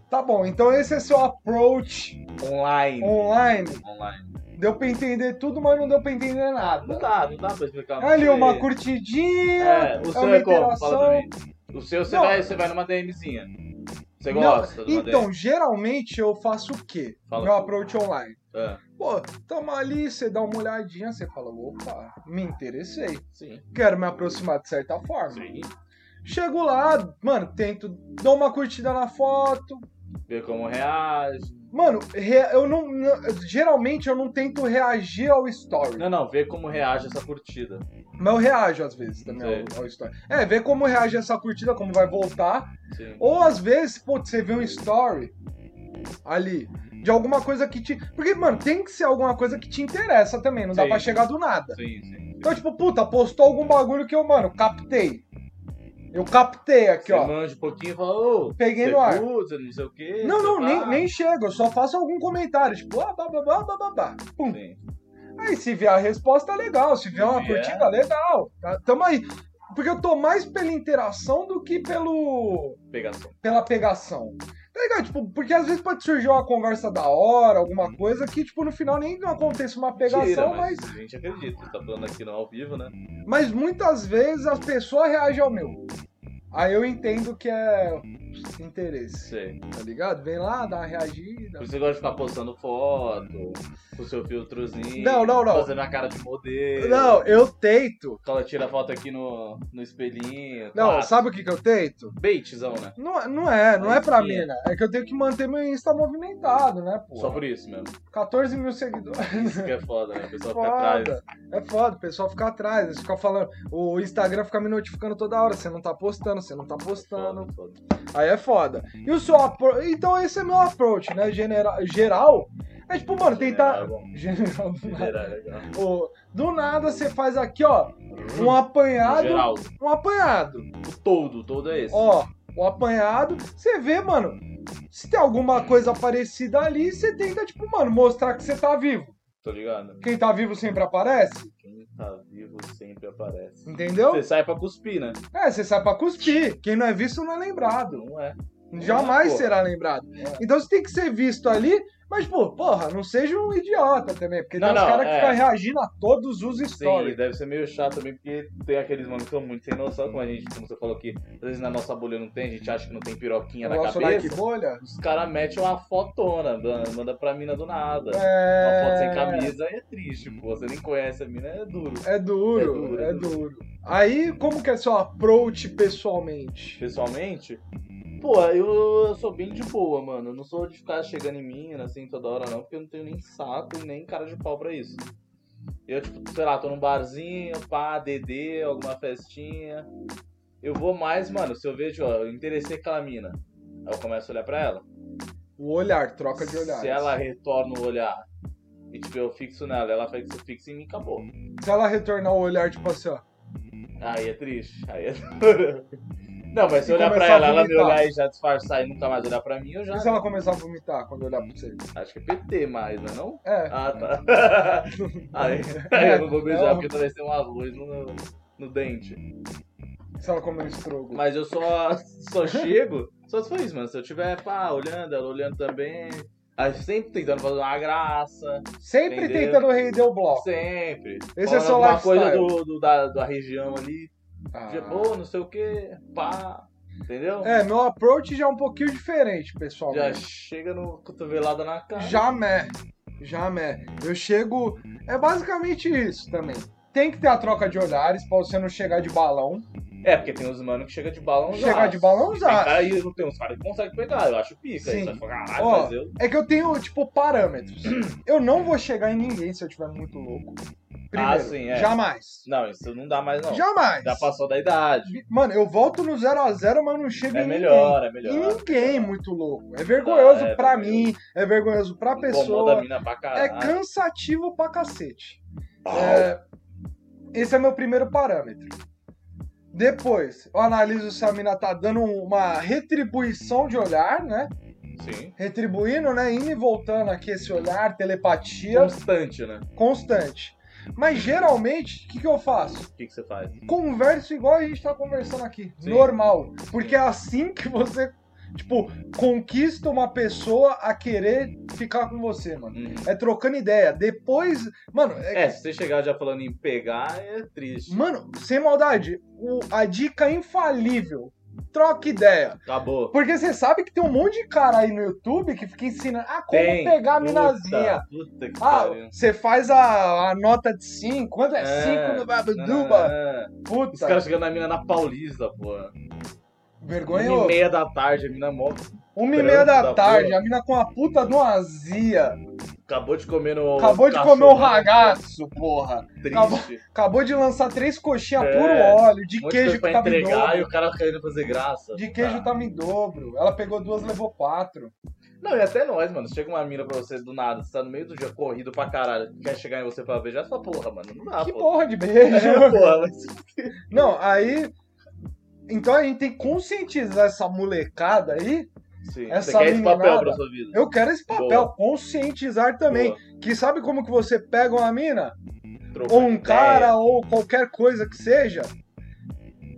S1: Tá bom, então esse é seu approach
S2: Online.
S1: online.
S2: Online.
S1: Deu pra entender tudo, mas não deu pra entender
S2: Não
S1: nada.
S2: dá, não dá pra explicar.
S1: Ali,
S2: porque-
S1: Ah, uma curtidinha.
S2: É, o
S1: é
S2: seu
S1: uma
S2: é como?
S1: interação.
S2: Fala pra mim. O seu, você
S1: Não.
S2: vai, você vai numa DMzinha. Você
S1: Não,
S2: gosta de uma
S1: então, geralmente eu faço o quê?
S2: Fala.
S1: Meu approach online.
S2: DM? É,
S1: Pô, tamo ali, você dá uma olhadinha, você fala, opa, me interessei.
S2: sim.
S1: Quero me aproximar de certa forma.
S2: Sim.
S1: Chego lá, mano, tento, dou uma curtida na foto.
S2: Ver como reage.
S1: Mano, re- eu não, não- Geralmente eu não tento reagir ao story.
S2: Não, não, ver como reage essa curtida.
S1: Mas eu reajo às vezes também ao, ao story. É, ver como reage essa curtida, como vai voltar.
S2: Sim.
S1: Ou às vezes, pô, você vê um story ali de alguma coisa que te. Porque, mano, tem que ser alguma coisa que te interessa também, não dá
S2: Sim.
S1: pra chegar do nada.
S2: Sim, sim.
S1: Então, tipo, puta, postou algum bagulho que eu, mano, captei. Eu captei aqui,
S2: Você
S1: ó.
S2: manja um pouquinho e fala, ô,
S1: Peguei
S2: você
S1: no ar.
S2: curte, não sei o quê.
S1: Não,
S2: você
S1: não, nem,
S2: vai.
S1: nem chega, eu só faço algum comentário, tipo, ah, blá, blá, blá, blá, blá, blá. Pum.
S2: Sim.
S1: Aí, se vier a resposta, legal. Se vier uma
S2: Se vier.
S1: curtida, legal. Tá- Tamo aí. Porque eu tô mais pela interação do que pelo.
S2: Pegação.
S1: pela pegação. Tá ligado? Tipo, porque às vezes pode surgir uma conversa da hora, alguma coisa, que, tipo, no final nem acontece uma pegação,
S2: Uhum.
S1: mas...
S2: Mentira, A gente acredita, você tá falando aqui no ao vivo, né?
S1: mas muitas vezes as pessoas reagem ao meu. Aí eu entendo que é interesse,
S2: Sei.
S1: tá ligado? Vem lá, dá uma
S2: Por
S1: reagida.
S2: isso Você gosta de ficar postando foto, com seu filtrozinho.
S1: Não, não, não.
S2: Fazendo a cara de modelo.
S1: Não, eu tento.
S2: Ela tira foto aqui no, no espelhinho.
S1: Não,
S2: clássico.
S1: sabe o que, que eu tento?
S2: Baitzão, né?
S1: Não, é- não é, não é pra
S2: Sim.
S1: mina. É que eu tenho que manter meu Insta movimentado, né, pô?
S2: Só por isso mesmo.
S1: 14 mil seguidores.
S2: Isso que é foda, né? O pessoal fica atrás.
S1: foda. É foda, o pessoal fica atrás, eles ficam falando. O Instagram fica me notificando toda hora, você não tá postando, você não tá postando.
S2: Foda, foda.
S1: Aí é foda. E o seu approach. Então esse é meu approach, né? Genera... Geral. É tipo, mano,
S2: General é
S1: tentar.
S2: bom.
S1: General do nada.
S2: General é legal.
S1: Ô, Do nada você faz aqui, ó, um apanhado.
S2: Hum. Geral,
S1: Um apanhado.
S2: o todo, o todo é esse.
S1: Ó, o apanhado. Você vê, mano. Se tem alguma coisa parecida ali, você tenta, tipo, mano, mostrar que você tá vivo.
S2: Tô ligado?
S1: Quem tá vivo sempre aparece.
S2: Quem tá vivo sempre aparece.
S1: Entendeu?
S2: Você sai pra cuspir, né?
S1: É, você sai pra cuspir. Quem não é visto não é lembrado.
S2: Não é.
S1: Jamais
S2: É, pô.
S1: será lembrado.
S2: É.
S1: Então você tem que ser visto ali, mas, pô, porra, não seja um idiota também. Porque
S2: Não,
S1: tem uns
S2: não,
S1: caras que
S2: é.
S1: ficam reagindo a todos os
S2: Sim, e
S1: stories.
S2: deve ser meio chato também, porque tem aqueles mano que são muito sem noção com a gente, como você falou que às vezes na nossa bolha não tem, a gente acha que não tem piroquinha
S1: O
S2: na
S1: nosso
S2: cabeça.
S1: like bolha.
S2: Os caras metem uma fotona, manda- manda pra mina do nada. Uma foto sem
S1: É...
S2: camisa aí é triste, pô. Você nem conhece a mina, é duro.
S1: é duro, é
S2: É
S1: duro,
S2: duro, é
S1: Aí, como que é seu approach pessoalmente?
S2: Pessoalmente, pô, eu, eu sou bem de boa, mano. Eu não sou de ficar chegando em mina, assim, toda hora, não, porque eu não tenho nem saco e nem cara de pau pra isso. Eu, tipo, sei lá, tô num barzinho, pá, DD, alguma festinha. Eu vou mais, mano, se eu vejo, ó, eu interessei aquela mina. Aí eu começo a olhar pra ela.
S1: O olhar, troca de olhar.
S2: Se ela retorna o olhar e, tipo, eu fixo nela, ela fixa, fixa em mim, acabou.
S1: Se ela retornar o olhar, tipo assim, ó.
S2: Aí é triste. Aí é duro. Não, mas se
S1: E
S2: eu olhar pra
S1: começar a
S2: ela, ela me
S1: vomitar.
S2: olhar e já disfarçar e nunca mais olhar pra mim, eu já.
S1: E se ela começar a vomitar quando olhar pra você?
S2: Acho que é PT mais, né? Não?
S1: É.
S2: Ah, tá. aí, aí eu não vou beijar porque talvez tenha uma luz no, no dente.
S1: Se ela comer um estrogo.
S2: Mas eu só, só chego. Só se for isso, mano. Se eu tiver, pá, olhando, ela olhando também. Aí sempre tentando fazer uma graça.
S1: Sempre
S2: Entendeu?
S1: tentando render o bloco.
S2: Sempre.
S1: Esse é
S2: falando
S1: seu
S2: alguma
S1: lifestyle.
S2: coisa do, do- da, da região ali.
S1: Ah.
S2: De boa, não sei o que. Pá. Entendeu?
S1: É, meu approach já é um pouquinho diferente, pessoal.
S2: Já chega no cotovelada na cara.
S1: Jamais. Jamais. Eu chego. É basicamente isso também. Tem que ter a troca de olhares pra você não chegar de balão.
S2: É, porque tem uns mano que chega de balão
S1: Chegar de balão
S2: Tem
S1: zaço.
S2: cara aí, não tem uns caras que conseguem pegar, eu acho pica.
S1: Sim.
S2: Aí você fala, caralho,
S1: Ó.
S2: mas eu.
S1: É que eu tenho, tipo, parâmetros. Eu não vou chegar em ninguém se eu tiver muito louco. Primeiro,
S2: Ah, sim, é.
S1: jamais.
S2: Não, isso não dá mais não.
S1: Jamais.
S2: Já passou da idade.
S1: Mano, eu volto no 0 a 0 mas não chego
S2: É
S1: em
S2: melhor, é
S1: ninguém.
S2: melhor.
S1: Ninguém muito louco. É vergonhoso
S2: Ah, é
S1: pra
S2: vergonhoso.
S1: mim, é vergonhoso pra
S2: Incomoda a
S1: pessoa.
S2: mina pra
S1: É
S2: caralho.
S1: cansativo pra cacete.
S2: Pau.
S1: É, esse é meu primeiro parâmetro. Depois, eu analiso se a mina tá dando uma retribuição de olhar, né?
S2: Sim.
S1: Retribuindo, né? Indo e voltando aqui esse olhar, telepatia
S2: Constante, né?
S1: constante. Mas geralmente, o que, que eu faço?
S2: O que, que você faz?
S1: Converso igual a gente tá conversando aqui,
S2: Sim.
S1: normal. Porque é assim que você, tipo, conquista uma pessoa a querer ficar com você, mano.
S2: Uhum.
S1: É trocando ideia. Depois, mano, é-
S2: É, se você chegar já falando em pegar, é triste.
S1: mano, sem maldade, o- a dica infalível. Troca ideia.
S2: Acabou.
S1: Porque você sabe que tem um monte de cara aí no YouTube que fica ensinando ah, como
S2: Tem.
S1: pegar a
S2: Puta,
S1: minazinha.
S2: Puta que
S1: Ah,
S2: pariu.
S1: você faz a, a nota de 5. Quanto é
S2: É.
S1: 5 do Babaduba?
S2: Ah,
S1: Puta.
S2: Os caras chegando na mina na Paulista, pô. Uma e
S1: Vergonhoso.
S2: meia da tarde, a mina mó.
S1: Uma e meia da
S2: da
S1: tarde,
S2: porra.
S1: a mina com a puta de uma azia.
S2: Acabou de comer no.
S1: Acabou de comer um ragazzo, porra.
S2: Triste.
S1: Acabou- Acabou de lançar três coxinhas
S2: É,
S1: puro óleo, de
S2: Um monte de
S1: queijo
S2: coisa
S1: que
S2: pra
S1: tava em
S2: entregar e
S1: dobro.
S2: o cara querendo fazer graça.
S1: De queijo
S2: Tá.
S1: tava em dobro. Ela pegou duas, levou quatro.
S2: Não, e até nós, mano. Chega uma mina pra você do nada, você tá no meio do dia corrido pra caralho, quer chegar em você pra beijar, essa porra, mano. Não dá,
S1: que
S2: Ah, pô.
S1: porra né? de beijo.
S2: É, porra, mas...
S1: Não, aí. Então a gente tem que conscientizar essa molecada aí.
S2: Sim,
S1: Essa
S2: você quer esse papel
S1: meninada-
S2: pra sua vida.
S1: Eu quero esse papel, conscientizar também.
S2: Boa.
S1: Que sabe como que você pega uma mina?
S2: Troca
S1: ou um
S2: ideia.
S1: cara, ou qualquer coisa que seja.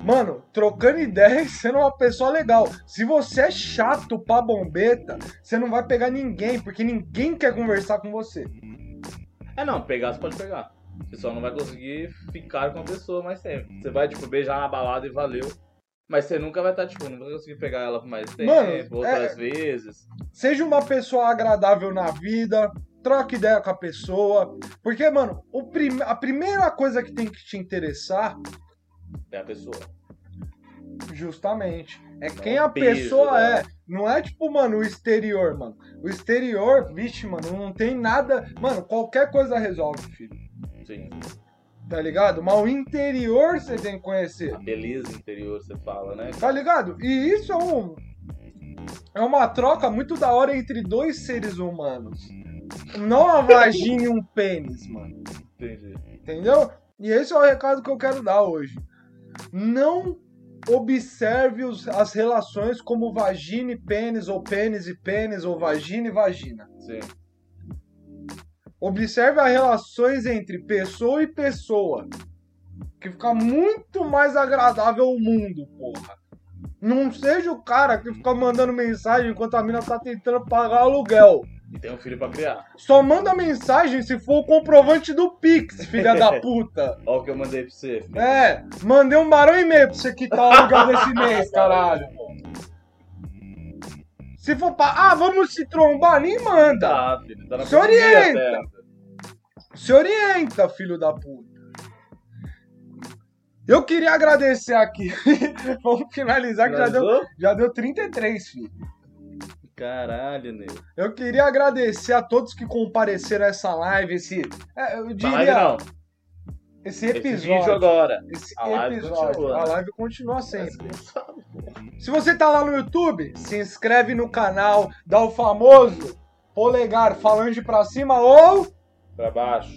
S1: Mano, trocando ideia e sendo uma pessoa legal. Se você é chato pra bombeta, você não vai pegar ninguém, porque ninguém quer conversar com você.
S2: É não, pegar você pode pegar. Você só não vai conseguir ficar com a pessoa mais tempo. Você vai, tipo, beijar na balada e valeu. Mas você nunca vai estar, tipo, não vai conseguir pegar ela por mais tempo,
S1: Mano,
S2: outras
S1: é-
S2: vezes.
S1: Seja uma pessoa agradável na vida, troque ideia com a pessoa. Porque, mano, o prim- a primeira coisa que tem que te interessar,
S2: É a pessoa.
S1: justamente, é
S2: Não
S1: quem a
S2: o peso né?
S1: pessoa
S2: dela.
S1: é. Não é tipo, mano, o exterior, mano. O exterior, vixe, mano, não tem nada. Mano, qualquer coisa resolve, filho.
S2: Sim.
S1: Tá ligado? Mas o interior você tem que conhecer.
S2: A beleza interior, você fala, né?
S1: Tá ligado? E isso é um. É uma troca muito da hora entre dois seres humanos. Não uma vagina e um pênis, mano.
S2: Entendi.
S1: Entendeu? E esse é o recado que eu quero dar hoje. Não observe os- as relações como vagina e pênis, ou pênis e pênis, ou vagina e vagina.
S2: Sim.
S1: Observe as relações entre pessoa e pessoa. Que fica muito mais agradável o mundo, porra. Não seja o cara que fica mandando mensagem enquanto a mina tá tentando pagar aluguel.
S2: E tem um filho pra criar.
S1: Só manda mensagem se for o comprovante do Pix, filha da puta.
S2: Ó o que eu mandei pra você. filho.
S1: É, mandei um barão e meio pra você quitar o aluguel desse mês, caralho. Se for pra. Ah, vamos se trombar, nem manda.
S2: Tá, filho. Tá na
S1: Se orienta!
S2: pandemia até.
S1: Se orienta, filho da puta. Eu queria agradecer aqui. Vamos finalizar que já deu,
S2: Finalizou?
S1: já deu 33, filho.
S2: Caralho, nego.
S1: Eu queria agradecer a todos que compareceram a essa live, esse, é, eu
S2: Tá live
S1: diria,
S2: não.
S1: esse
S2: Esse vídeo
S1: episódio,
S2: agora.
S1: esse
S2: A live
S1: episódio.
S2: continua,
S1: A
S2: né?
S1: live continua sempre.
S2: Sabe?
S1: Se você tá lá no YouTube, se inscreve no canal, dá o famoso polegar, falange pra cima ou
S2: Pra baixo.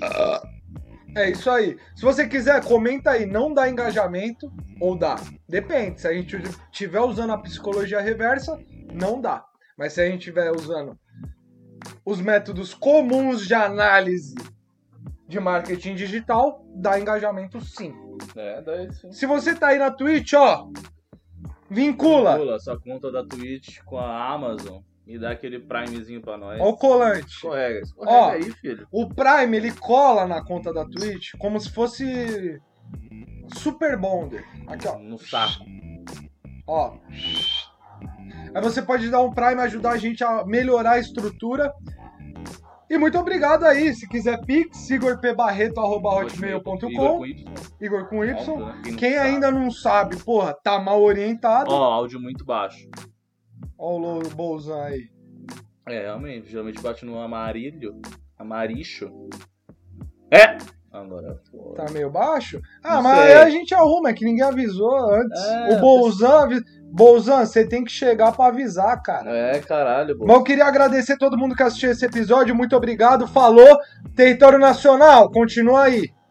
S1: É isso aí. Se você quiser, comenta aí, não dá engajamento ou dá. Depende. Se a gente tiver usando a psicologia reversa, não dá. Mas se a gente tiver usando os métodos comuns de análise de marketing digital, dá engajamento sim.
S2: É, daí sim.
S1: Se você tá aí na Twitch, ó, vincula.
S2: Pula sua conta da Twitch com a Amazon e dá aquele primezinho pra nós.
S1: Ó o colante.
S2: Escorrega, escorrega
S1: Ó.
S2: aí, filho.
S1: O Prime, ele cola na conta da Twitch como se fosse Super Bonder. Aqui, ó.
S2: No saco.
S1: Ó. Aí você pode dar um Prime ajudar a gente a melhorar a estrutura. E muito obrigado aí. Se quiser Pix,
S2: Igor
S1: igorpbarreto.hotmail.com,
S2: com Y.
S1: Igor com Y.
S2: Óbvio, né? não
S1: Quem
S2: sabe.
S1: ainda não sabe, porra, tá mal orientado.
S2: Ó, áudio muito baixo.
S1: Ó o Louro Bolzan aí.
S2: É, realmente. Geralmente bate no amarilho. Amaricho. É! Agora. pô.
S1: Tá meio baixo? Ah,
S2: Não
S1: mas
S2: sei.
S1: aí a gente arruma, é que ninguém avisou antes.
S2: É,
S1: o Bolzan. avi- Bolzan, você tem que chegar pra avisar, cara.
S2: É, caralho, bom.
S1: Mas eu queria agradecer todo mundo que assistiu esse episódio. Muito obrigado. Falou. Território Nacional, continua aí.